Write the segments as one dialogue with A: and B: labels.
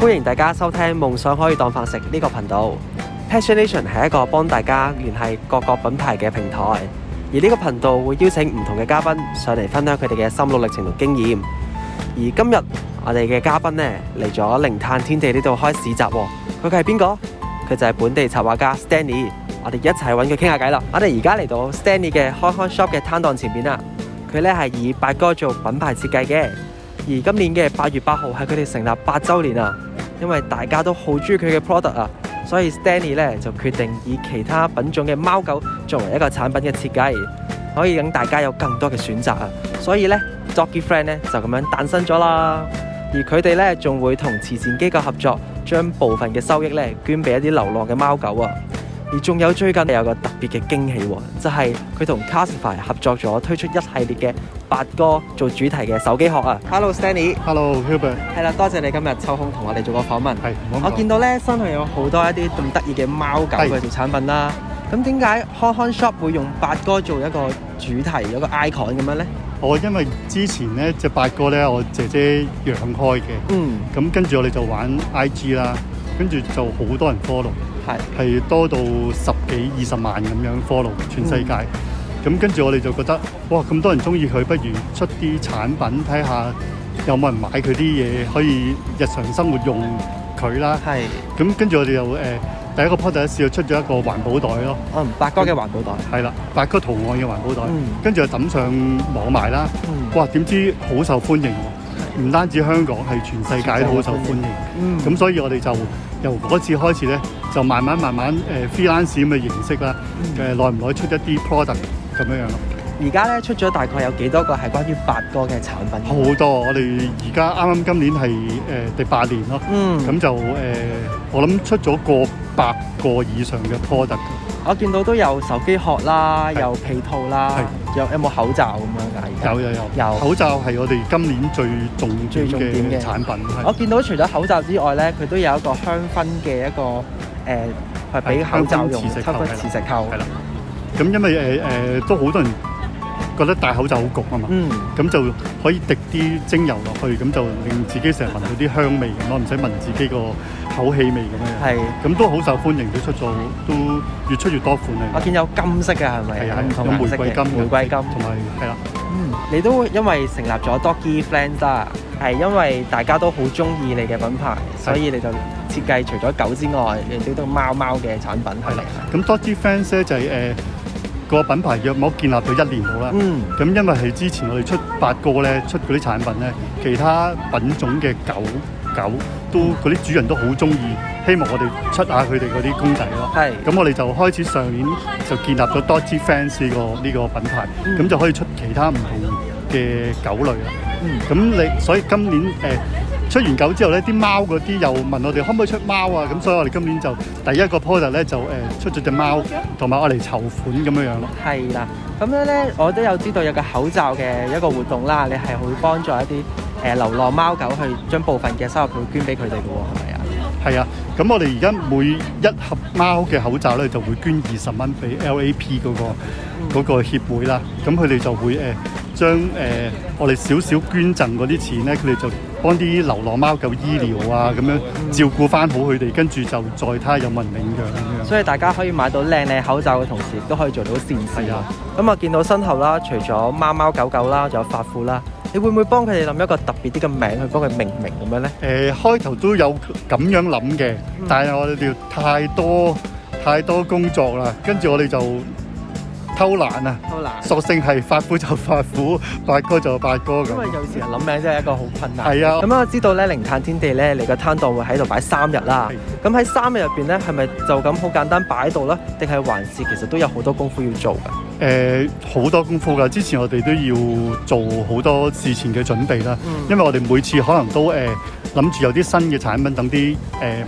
A: 歡迎大家收聽《夢想可以當飯食》呢個頻道。Passion Nation 係一個幫大家聯繫各個品牌嘅平台，而呢個頻道會邀請唔同嘅嘉賓上嚟分享佢哋嘅心路歷程同經驗。而今日我哋嘅嘉賓呢，嚟咗靈探天地呢度開市集喎，佢係邊個？佢就係本地插畫家 Stanley，我哋一齊揾佢傾下偈啦。我哋而家嚟到 Stanley 嘅開開 shop 嘅攤檔前面啦，佢呢係以八哥做品牌設計嘅。而今年嘅八月八號係佢哋成立八週年啊，因為大家都好中意佢嘅 product 啊，所以 Stanley 咧就決定以其他品種嘅貓狗作為一個產品嘅設計，可以等大家有更多嘅選擇啊。所以咧，Doggy Friend 咧就咁樣誕生咗啦。而佢哋咧仲會同慈善機構合作，將部分嘅收益咧捐俾一啲流浪嘅貓狗啊。而仲有最近有個特別嘅驚喜喎，就係佢同 Casify 合作咗推出一系列嘅八哥做主題嘅手機殼啊。Hello Stanley，
B: Hello Hubert，
A: 係啦，多謝你今日抽空同我哋做個訪問。
B: 係唔
A: 我
B: 好
A: 見到咧新去有好多一啲咁得意嘅貓狗
B: 係
A: 嘅做產品啦。咁點解康康 shop 會用八哥做一個主題，有個 icon 咁樣呢？
B: 我因為之前咧只八哥咧，我姐姐養開嘅，
A: 嗯，
B: 咁跟住我哋就玩 IG 啦，跟住就好多人 follow，
A: 係
B: 係多到十幾二十萬咁樣 follow 全世界。咁跟住我哋就覺得，哇咁多人中意佢，不如出啲產品睇下有冇人買佢啲嘢，可以日常生活用佢啦。
A: 係，
B: 咁跟住我哋就誒、呃第一個 product 試就出咗一個環保袋咯。
A: 嗯，八哥嘅環保袋。
B: 係啦，八哥圖案嘅環保袋
A: 嗯，
B: 跟住就抌上網賣啦。
A: 嗯
B: 哇！點知好受歡迎喎，唔單止香港，係全世界都好受歡迎。
A: 嗯，
B: 咁所以我哋就由嗰次開始咧，就慢慢慢慢誒、呃 freelance 咁嘅形式啦，誒耐唔耐出一啲 product 咁樣樣咯。
A: 而家咧出咗大概有幾多個係關於八哥嘅產品？
B: 好多我哋而家啱啱今年係誒、呃第八年咯，
A: 嗯，
B: 咁就誒、呃我諗出咗過百個以上嘅 product。
A: 我見到都有手機殼啦，
B: 係
A: 有被套啦，有有冇口罩咁樣㗎？而家
B: 有有有，
A: 有
B: 口罩係我哋今年最重
A: 最
B: 點
A: 重點嘅
B: 嘅產品，係
A: 我見到除咗口罩之外咧，佢都有一個香薰嘅一個誒，係、俾口罩用嘅
B: 香
A: 香
B: 薰
A: 薰
B: 磁
A: 磁
B: 石
A: 石扣。
B: 係啦。咁因為誒誒、呃都好多人覺得戴口罩好焗啊嘛，
A: 嗯，
B: 咁就可以滴啲精油落去，咁就令自己成日聞到啲香味咁咯，唔使聞自己個口氣味咁樣。
A: 係。
B: 咁都好受歡迎，都出咗都越出越多款
A: 我
B: 啊！
A: 見有金色嘅係咪？
B: 係
A: 有
B: 啊
A: 唔，同
B: 有
A: 顏色
B: 玫瑰金
A: 嘅
B: 嘅、
A: 玫瑰金。
B: 同埋係啦，
A: 嗯，你都因為成立咗 Doggy Friends 啦，係因為大家都好中意你嘅品牌，所以你就設計除咗狗之外，你都都貓貓嘅產品係
B: 係
A: 咪
B: 啦？。咁 Doggy Fans 咧就係、誒、個品牌約莫建立咗一年到啦。
A: 嗯，
B: 咁因為係之前我哋出八哥咧，出嗰啲產品咧，其他品種嘅狗狗都嗰啲主人都好中意，希望我哋出下佢哋嗰啲公仔咯。
A: 係。
B: 咁我哋就開始上年就建立咗 Doggy Fans 呢個呢個品牌，
A: 嗯
B: 咁就可以出其他唔同嘅狗類啦。
A: 嗯
B: 咁你所以今年誒、呃出完狗之後咧，啲貓嗰啲又問我哋可唔可以出貓啊？咁所以我哋今年就第一個 product 咧就誒、呃出咗只貓，同埋我哋籌款咁樣樣咯。
A: 係啦，咁樣咧，我都有知道有個口罩嘅一個活動啦，你係會幫助一啲誒、呃流浪貓狗去將部分嘅收入去捐俾佢哋嘅喎，係咪啊？
B: 係啊，咁我哋而家每一盒貓嘅口罩咧，就會捐二十蚊俾 LAP 嗰、個嗰、個協會啦。咁佢哋就會誒、呃、將誒、呃我哋少少捐贈嗰啲錢咧，佢哋就幫啲流浪貓狗醫療啊，咁樣照顧翻好佢哋，跟住就再睇下有冇人領養咁樣。
A: 所以大家可以買到靚靚口罩嘅同時，亦都可以做到善事
B: 係
A: 啊
B: 啊！
A: 咁我見到身後啦，除咗貓貓狗狗啦，仲有法褲啦，你會唔會幫佢哋諗一個特別啲嘅名去幫佢命名咁樣呢？
B: 誒、開頭都有咁樣諗嘅，但係我哋太多太多工作啦，跟住我哋就偷懶啊，
A: 好難，
B: 索性係發虎就發虎，八哥就八哥咁
A: 因。為有時人諗名真係一個好困難。
B: 係啊
A: 咁我知道咧，靈探天地咧，你個攤檔會喺度擺三日啦。咁喺三日入邊咧，係咪就咁好簡單擺喺度咧？定係還是其實都有好多功夫要做㗎？
B: 誒好、多功夫㗎，之前我哋都要做好多事前嘅準備啦，
A: 嗯
B: 因為我哋每次可能都誒諗住有啲新嘅產品，等啲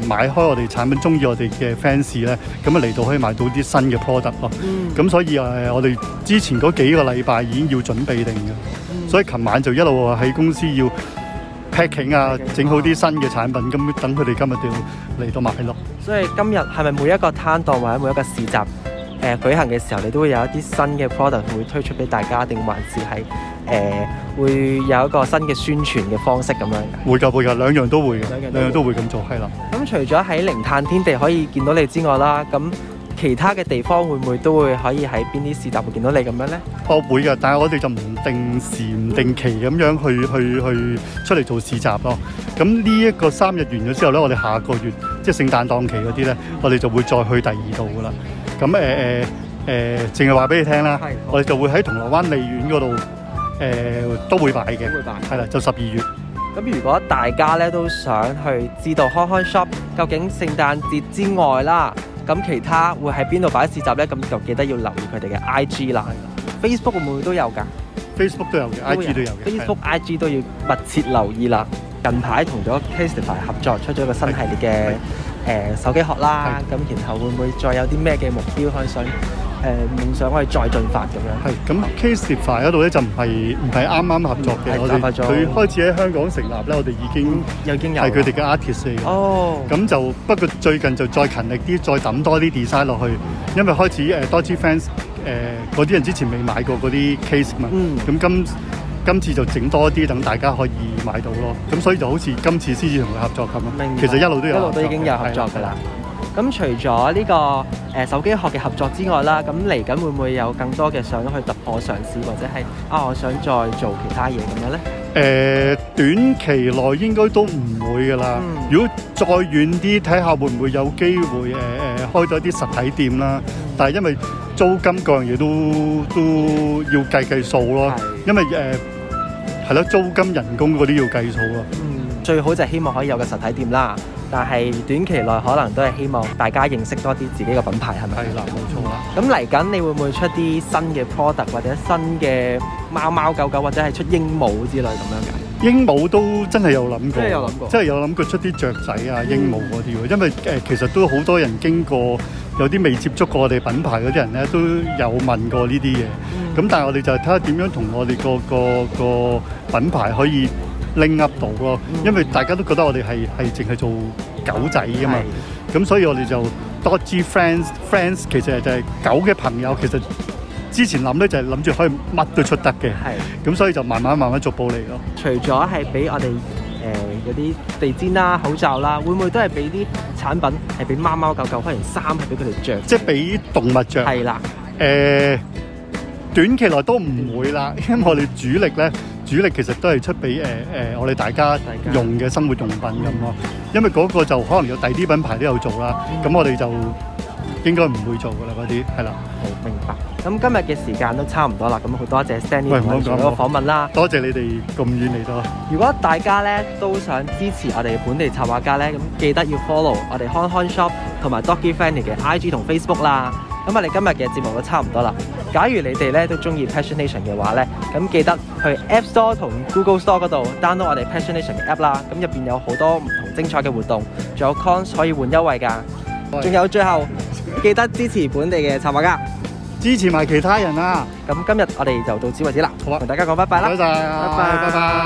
B: 誒買開我哋產品、中意我哋嘅 fans 咧，咁啊嚟到可以買到啲新嘅 product 咯。
A: 嗯
B: 咁所以誒、呃我哋之前嗰幾個禮拜已經要準備定嘅，所以琴晚就一路喺公司要 packing 啊
A: packing，
B: 整好啲新嘅產品，咁等佢哋今日就要嚟到買咯。
A: 所以今日係咪每一個攤檔或者每一個市集，誒、誒舉行嘅時候，你都會有一啲新嘅 product 會推出俾大家，定還是係誒、呃會有一個新嘅宣傳嘅方式咁樣嘅？
B: 會㗎會㗎，兩樣都會嘅
A: 兩樣，都會
B: 兩樣都會咁做，係啦。
A: 咁除咗喺零碳天地可以見到你之外啦，咁其他嘅地方會唔會都會可以喺邊啲市集會見到你咁樣呢？
B: 我哦會嘅，但係我哋就唔定時唔定期咁樣去去去出嚟做市集咯。咁呢一個三日完咗之後咧，我哋下個月即係聖誕檔期嗰啲咧，我哋就會再去第二度噶啦。咁誒誒誒，淨係話俾你聽啦
A: 係，
B: 我哋就會喺銅鑼灣利園嗰度誒都會擺嘅，
A: 會吧。
B: 係啦，就十二月。
A: 咁如果大家咧都想去知道康康 shop 究竟聖誕節之外啦，咁其他會喺邊度擺市集呢？咁就記得要留意佢哋嘅 IG 啦。Facebook 會唔會都有㗎？
B: Facebook 都有嘅，IG 都有嘅。係啦
A: Facebook、IG 都要密切留意啦。近排同咗 Castify 合作出咗一個新系列嘅誒、手機殼啦，咁然後會唔會再有啲咩嘅目標可以想誒、夢想可以再進發咁樣？
B: 係咁 Casify 嗰度咧就唔係唔係啱啱合作
A: 嗯係
B: 嘅，我
A: 合
B: 哋
A: 作咗
B: 佢開始喺香港成立咧，我哋已經
A: 又已經有啦啊
B: 係佢哋嘅 artist 嚟嘅。
A: 哦，
B: 咁就不過最近就再勤力啲，再抌多啲 design 落去，因為開始誒、呃多啲 fans 誒嗰啲人之前未買過嗰啲 case 嘛，
A: 嗯
B: 咁、今今次就整多啲，等大家可以買到咯。咁所以就好似今次先至同佢合作咁
A: 明
B: 咯。
A: 白
B: 其實一路都有
A: 一路
B: 合
A: 都
B: 作嘅，
A: 已經有合作㗎啦。咁除咗呢、個誒、手機殼嘅合作之外啦，咁嚟緊會唔會有更多嘅想去突破嘗試，或者係啊我想再做其他嘢咁樣呢？
B: 係啦。誒、呃短期內應該都唔會㗎啦。
A: 嗯
B: 如果再遠啲，睇下會唔會有機會誒誒、呃開咗啲實體店啦。但係因為租金嗰樣嘢都都要計計數咯。因為誒係咯，租金、人工嗰啲要計數咯。
A: 嗯，最好就係希望可以有個實體店啦，但係短期內可能都係希望大家認識多啲自己嘅品牌，係咪？
B: 係啦，冇錯啦。
A: 咁嚟緊，你會唔會出啲新嘅 product 或者新嘅貓貓狗狗，或者係出鸚鵡之類咁樣㗎？
B: 鸚鵡都真係有諗過，
A: 真係有諗過
B: 真係有諗過出啲雀仔啊、鸚鵡嗰啲喎。因為誒、其實都好多人經過，有啲未接觸過我哋品牌嗰啲人咧，都有問過呢啲嘢。咁但係我哋就係睇下點樣同我哋個個個品牌可以拎 up 到咯。
A: 嗯
B: 因為大家都覺得我哋係係淨係做狗仔㗎嘛。咁所以我哋就多啲 friends friends，其實就係狗嘅朋友。其實之前諗咧就係諗住可以乜都出得嘅，
A: 係。
B: 咁所以就慢慢慢慢逐步嚟咯。
A: 除咗係俾我哋誒呃嗰啲地氈啦、口罩啦，會唔會都係俾啲產品係俾貓貓狗狗，可能衫係俾佢哋着？
B: 即係俾動物着。誒、
A: 係啦，
B: 短期內都唔會啦， 因為我哋主力咧，主力其實都係出俾誒誒我哋大家
A: 大家
B: 用嘅生活用品咁咯。因為嗰個就可能有第二啲品牌都有做啦，咁我哋就應該唔會做噶啦嗰啲，係啦。
A: 好明白。咁今日嘅時間都差唔多啦，咁好多謝 Stanley
B: 喂
A: 同我哋
B: 唔好
A: 做一
B: 講
A: 個訪問啦。
B: 多謝你哋咁遠嚟到，
A: 如果大家咧都想支持我哋本地插畫家咧，咁記得要 follow 我哋康康 shop 同埋 Doggy Fanny 嘅 IG 同 Facebook 啦。咁我哋今日嘅節目都差唔多啦。假如你哋咧都中意 Passion Nation 嘅話咧，咁記得去 App Store 同 Google Store 嗰度 download 我哋 Passion Nation 嘅 app 啦。咁入邊有好多唔同精彩嘅活動，仲有 cons 可以換優惠㗎。
B: 喂
A: 仲有最後記得支持本地嘅插畫家。
B: 支持埋其他人啊！
A: 咁今日我哋就到此為止啦。
B: 好啊
A: 同大家講拜拜啦，
B: 拜拜，
A: 拜拜
B: 拜拜。